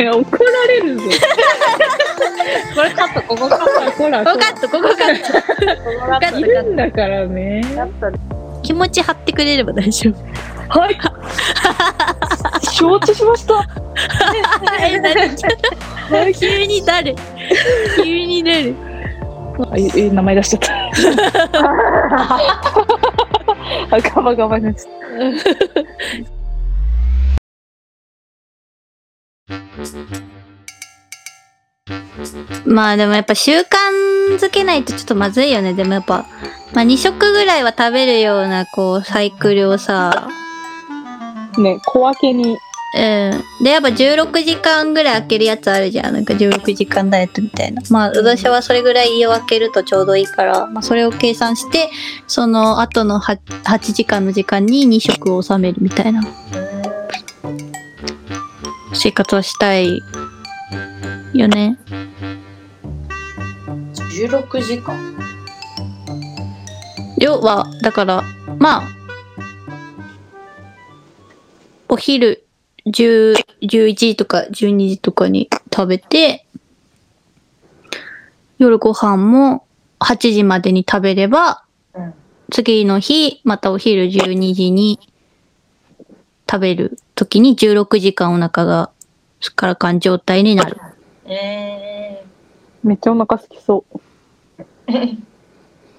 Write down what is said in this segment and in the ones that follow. いや、怒られ るぞ。これカット、ここカット、こら、ここカットここカットわかったいるんだからね。ったね。気持ち張ってくれれば大丈夫はい。承知しました。え誰急に誰急に誰あ、いい名前出しち ゃった。あ、ガバガバになっちゃっまあでもやっぱ習慣づけないとちょっとまずいよねでもやっぱ、まあ、2食ぐらいは食べるようなこうサイクルをさた。ね、小分けに。うん。で、やっぱ16時間ぐらい空けるやつあるじゃん。なんか16時間ダイエットみたいな。まあ、私はそれぐらい家を空けるとちょうどいいから、まあ、それを計算して、その後の 8, 8時間の時間に2食を収めるみたいな。生活はしたいよね。 16時間量は、だから、まあ、お昼10、11時とか12時とかに食べて、夜ご飯も8時までに食べれば、うん次の日、またお昼12時に食べる時に16時間お腹がすっからかん状態になる。えめっちゃお腹空き そう。ー、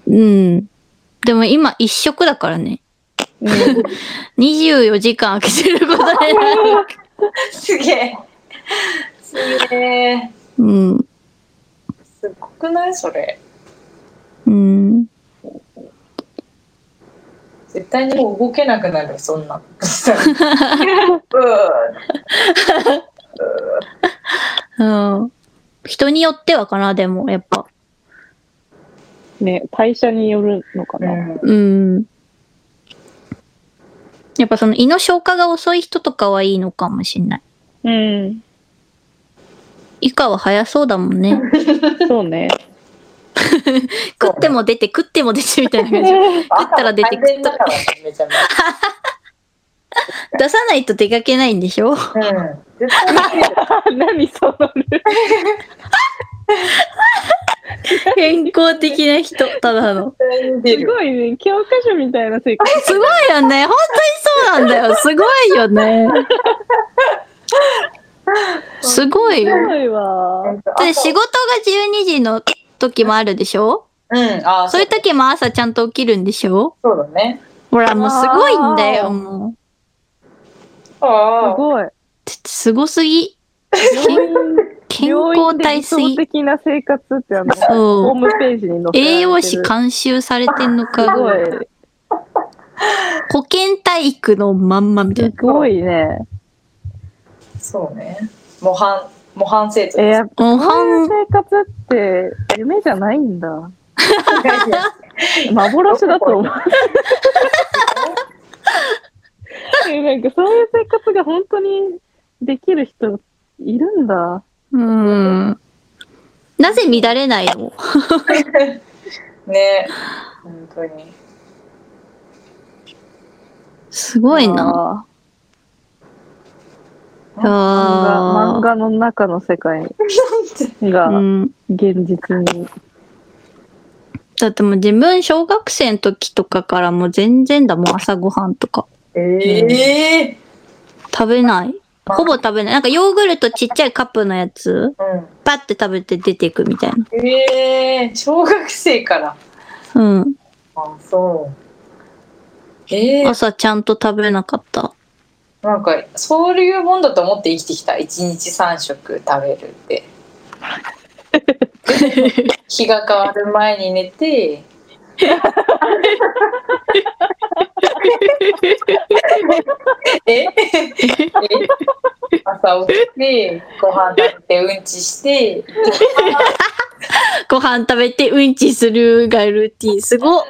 うん。でも今一食だからね。24時間空けてることになる。すげえすげえうん。すごくないそれうん。絶対にもう動けなくなるそんなことしたらうーうん。人によってはかな、でも、やっぱ。ね、代謝によるのかな。んうん。やっぱその胃の消化が遅い人とかはいいのかもしんない。うん。以下は早そうだもんね。そうね。食っても出て、食っても出てみたいな感じ。食ったら出てくる完全だからねめちゃめち出さないと出かけないんでしょゃうん絶対 に何そのルール健康的な人、ただの。絶対に出するごいね、教科書みたいな生活。すごいよね。本当にそうなんだよ。すごいよね。すごいよ。すごいわ。で仕事が12時の時もあるでしょうんあーそういう時も朝ちゃんと起きるんでしょそうだねほらもうすごいんだよもうすああごい。ちょっとすごすぎ病院健康体す病院ぎで理想的な生活ってあの、ホーそうムページに載せられてる栄養士監修されてんのすかごい。保健体育のまんまみたいすなごいね。そうね模範模範生徒えー、やっぱおこういうはん生活って夢じゃないん だ。いや幻だと思う。えなんかそういう生活が本当にできる人いるんだ。うんなぜ乱れないのね本当にすごいなあーいやー漫画漫画の中の世界うがん現実に。だってもう自分小学生の時とかからもう全然だもう朝ごはんとかええ食べないまあほぼ食べないなんかヨーグルトちっちゃいカップのやつうんパッて食べて出ていくみたいなええ小学生から。うんあ、そう。ええ朝ちゃんと食べなかったなんか、そういうもんだと思って生きてきた。一日三食食べるって。 日が変わる前に寝て。ええ朝起きてご飯食べてうんちしてご飯食べてうんちするがルーティンすごっ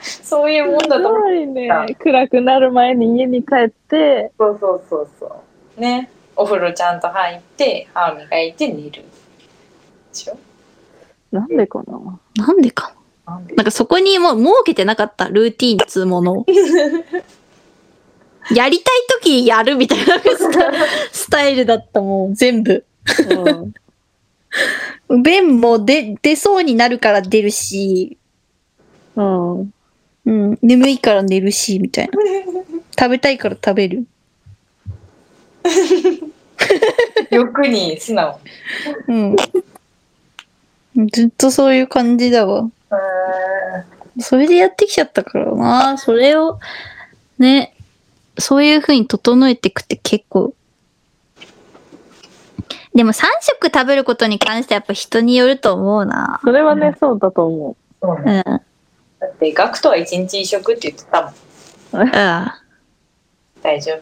そういうもんだすと思ってごいね。暗くなる前に家に帰って、そうそうそうそう。ね。お風呂ちゃんと入って、歯磨いて寝る。でし ょなんでかな。なんでかなん でななんかそこにもう設けてなかったルーティンっつうものをやりたい時やるみたいなス タスタイルだったもん、全部。うん便も出、出そうになるから出るし、うん。うん、眠いから寝るし、みた いな。食べたいから食べる。欲に素直。うん。ずっとそういう感じだわ。うそれでやってきちゃったからな。それを、ね、そういう風に整えていくって結構。でも3食食べることに関してはやっぱ人によると思うな。それはね、そうだと思ーんそううねん。うん。だって、ガクトは一日一食って言ってたもん。大丈夫。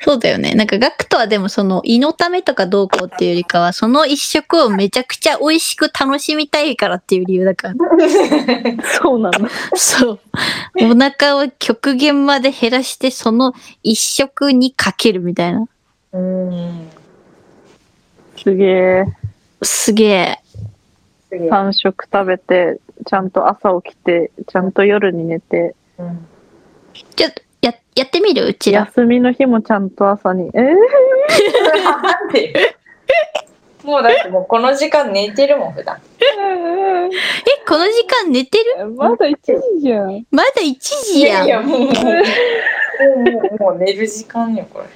そうだよね。なんかガクトはでもその胃のためとかどうこうっていうよりかは、その一食をめちゃくちゃ美味しく楽しみたいからっていう理由だから。う。そうなの。そう。お腹を極限まで減らして、その一食にかけるみたいな。 うーん。すげえ。すげえ。すげえ。 3食食べて、ちゃんと朝起きて、ちゃんと夜に寝て、うんちょっと、や、やってみるうちら。休みの日もちゃんと朝に、え なんでもうだってもうこの時間寝てるもん普段ー、え、この時間寝てるまだ1時じゃん。まだ1時いやん。やもうもうもうもう寝る時間よこれ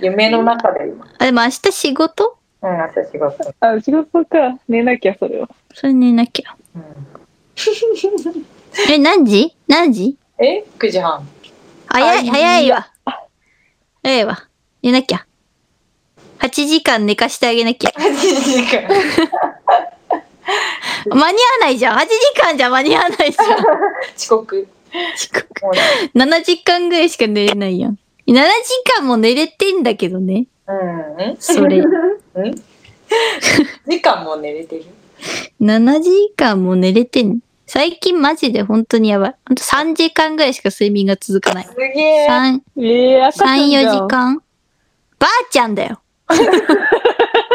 夢の中で今あ、でも明日仕事うん朝仕事あ、仕事か。寝なきゃ、それは。それ寝なきゃ。うんえ、何時何時え9時 半早い、あ早いわ。早いわ。寝なきゃ。8時間寝かしてあげなきゃ。 8時間間に合わないじゃん。8時間じゃ間に合わないじ ゃん。遅刻遅刻もう7時間ぐらいしか寝れないやん。7時間も寝れてんだけどね。うん それ。うん時間もう寝れてる7時間も寝れてん。最近マジで本当にやばい。ほんと3時間ぐらいしか睡眠が続かない。すげえ3、ええー、赤ちゃん3、じゃん4時。間ばあちゃんだよ。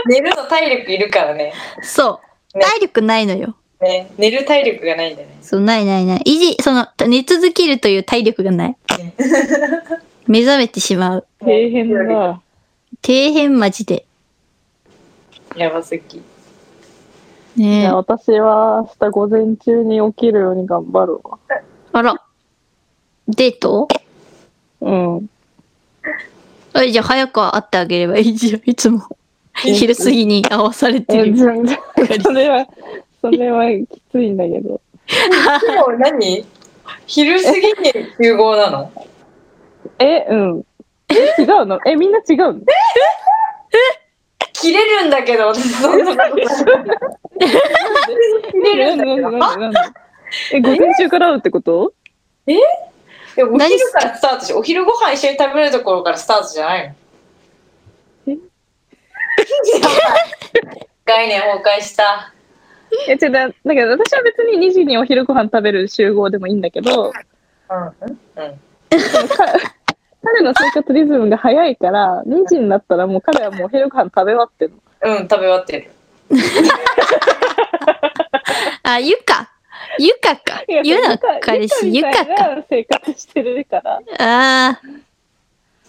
寝るの体力いるからねそう。ね体力ないのよ。ね寝る体力がないんだねそう、ないないない。維持、その、寝続けるという体力がないね。目覚めてしまう。もう底辺だ。底辺マジで。やばすぎいねえや、。私は明日午前中に起きるように頑張るわ。あら。デートうん。え、じゃあ早く会ってあげればいいじゃん。 いつも。え昼過ぎに会わされてえ、る。全然、それは、それはきついんだけど。でも何昼過ぎに集合なのえ、うん。え、違うのえ、みんな違うの切れるんだけど、私そんなことないなんでなんでなんでなんでえ、午前中から会うってこと でもお何昼からスタートし、お昼ご飯一緒に食べるところからスタートじゃないえの。 概念崩壊した。え、違う、だだけど私は別に2時にお昼ご飯食べる集合でもいいんだけど、うん。彼の生活リズムが早いから、2時になったらもう彼はもうお昼ご飯食べ終わってるの。うん、食べ終わってる。あ、ゆか。ゆかか。ゆの彼氏、ゆかか。が生活してるから。ああ。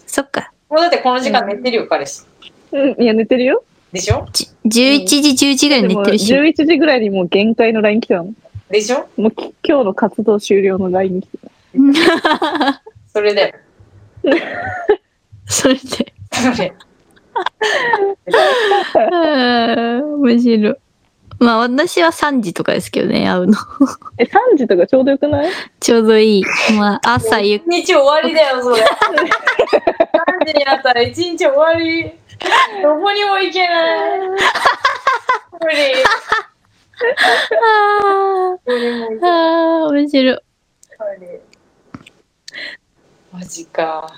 そっか。もうだってこの時間寝てるよ、彼氏。うん、いや、寝てるよ。でしょじ11時、10時ぐらいでにも寝てるし。 11時ぐらいにもう限界の LINE 来たの。でしょもうき今日の活動終了の LINE 来た。それだよ。それで。それ。ああ、面白い。まあ私は3時とかですけどね、会うの。え、3時とかちょうどよくないちょうどいい。まあ朝ゆ一日終わりだよ、そ れ。3時になったら一日終わり。どこにも行けない。無理。あどこにも行けあ、ああ、面白い。ない。マジか。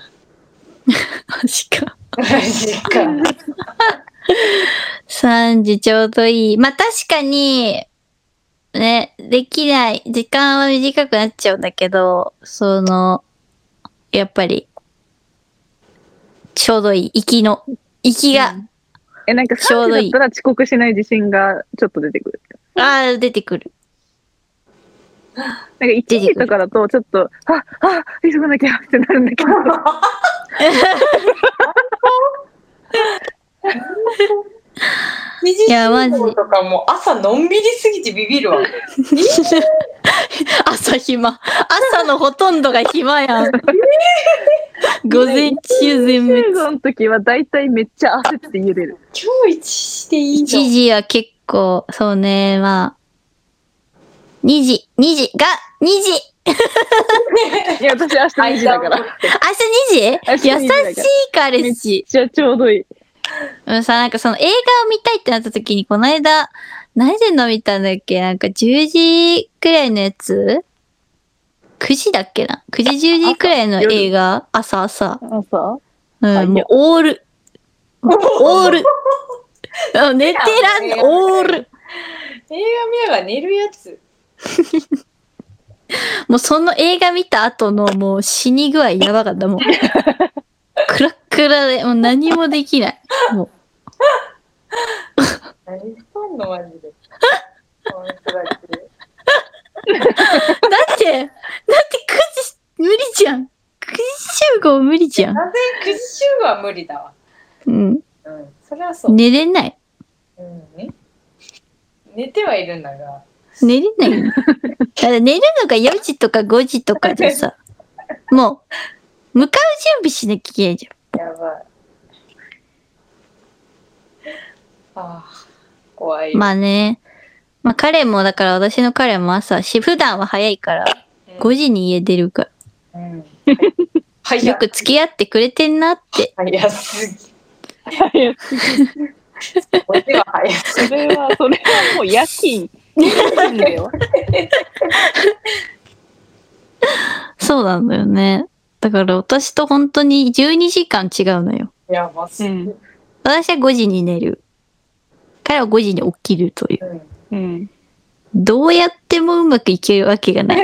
マジか。マジか。 3時ちょうどいい。まあ確かに、ね、できない。時間は短くなっちゃうんだけど、その、やっぱり、ちょうどいい。息の、息が、え、なんかちょ3う時どだいいったら遅刻しない自信がちょっと出てくる。ああ、出てくる。なんか1時とかだと、ちょっと、あ、あ、急がなきゃってなるんだけ ど。いやマジとかもう朝のんびりすぎてビビるわ。 朝暇。朝のほとんどが暇やん。午前中全滅。中の時は大体めっちゃ焦って揺れる。今日一していい1じゃん。時は結構、そうね、まあ。2時、2時が、2時いや、私明日2時だから。めっ明日2明日2時時だから優しい彼氏。ちゃちょうどいい。うんさ、なんかその映画を見たいってなった時に、この間、何で飲みたんだっけなんか10時くらいのやつ ?9 時だっけな ?9 時10時くらいの朝夜映画朝朝。朝う早っん、もうオール。オ ール。あ寝てらん、オール。映画見ながら寝るやつ。もうその映画見た後のもう死に具合やばかった、も う。クラックラで、もう何もできない。もう。何しとんのマジで。この人たちだって、だって9時、無理じゃん。9時集合無理じゃん。なぜ9時集合は無理だわ。うん。うん、それはそう。寝れない。うん、寝てはいるんだが。寝れないよ。だから寝るのが4時とか5時とかでさ、もう、向かう準備しなきゃいけないじゃん。やばい。ああ、怖い。まあね。まあ彼も、だから私の彼も朝、し普段は早いから、うん5時に家出るから。うん。はい、よく付き合ってくれてんなって。早すいや、ぎ。お手は早すそれは、それはもう夜勤。夜勤だよ。そうなんだよね。だから私と本当に12時間違うのよ。ぎ。やばすうぎ。ん。私は5時に寝る。彼は5時に起きるという。ううんん。どうやってもうまくいけるわけがない。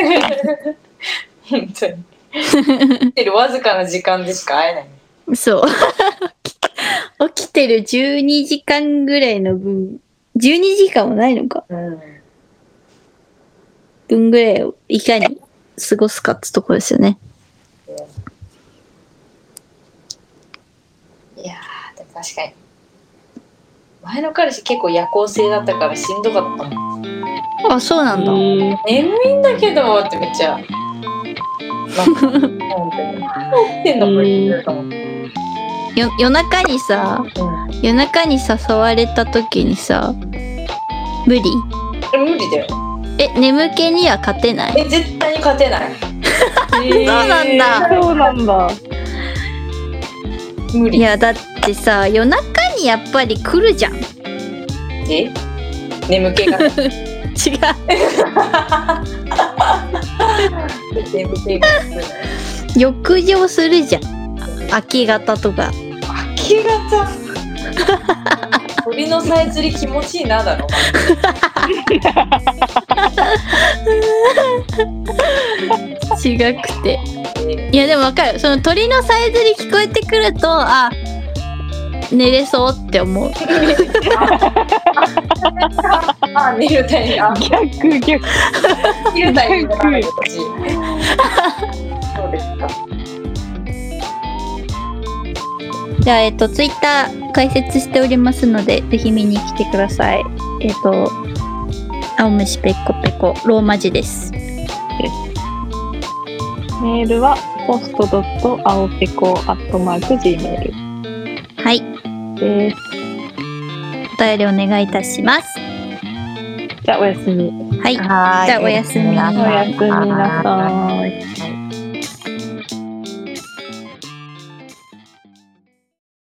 本当 に。生きてるわずかな時間でしか会えない。そう。 起きてる12時間ぐらいの分、12時間もないのか。うん。分ぐらいをいかに過ごすかってとこですよね。いやー、でも確かに。前の彼氏結構夜行性だったからしんどかったもん。あ、そうなんだ。眠いんだけどってめっちゃ。なんか本当に。何やってんだこれってなると思って。よ夜中にさ、う夜中に誘われた時にさ、無理ん。無理だよ。え、眠気には勝てないえ、絶対に勝てない。そうなんだ。そうなんだ。無い理。や、だってさ、夜中にやっぱり来るじゃん。違う。え眠気が。眠気が。浴場するじゃん。あ明け方とか。明け方。鳥のさえずり気持ちいいな だろ。違くて。いやでもわかるその鳥のさえずり聞こえてくるとあ寝れそうって思うあ、寝るタイミング。あ逆逆。見るタイミングがあるよ私そうですか。じゃあえっとツイッター解説しておりますのでぜひ見に来てくださいえっと青虫ペコペコローマ字ですメールは、ポストドット青ペコアットマーク Gmail はいです。お便りお願いいたしますじゃあ、おやすみ。はいじゃあおやすみおやすみなさーい。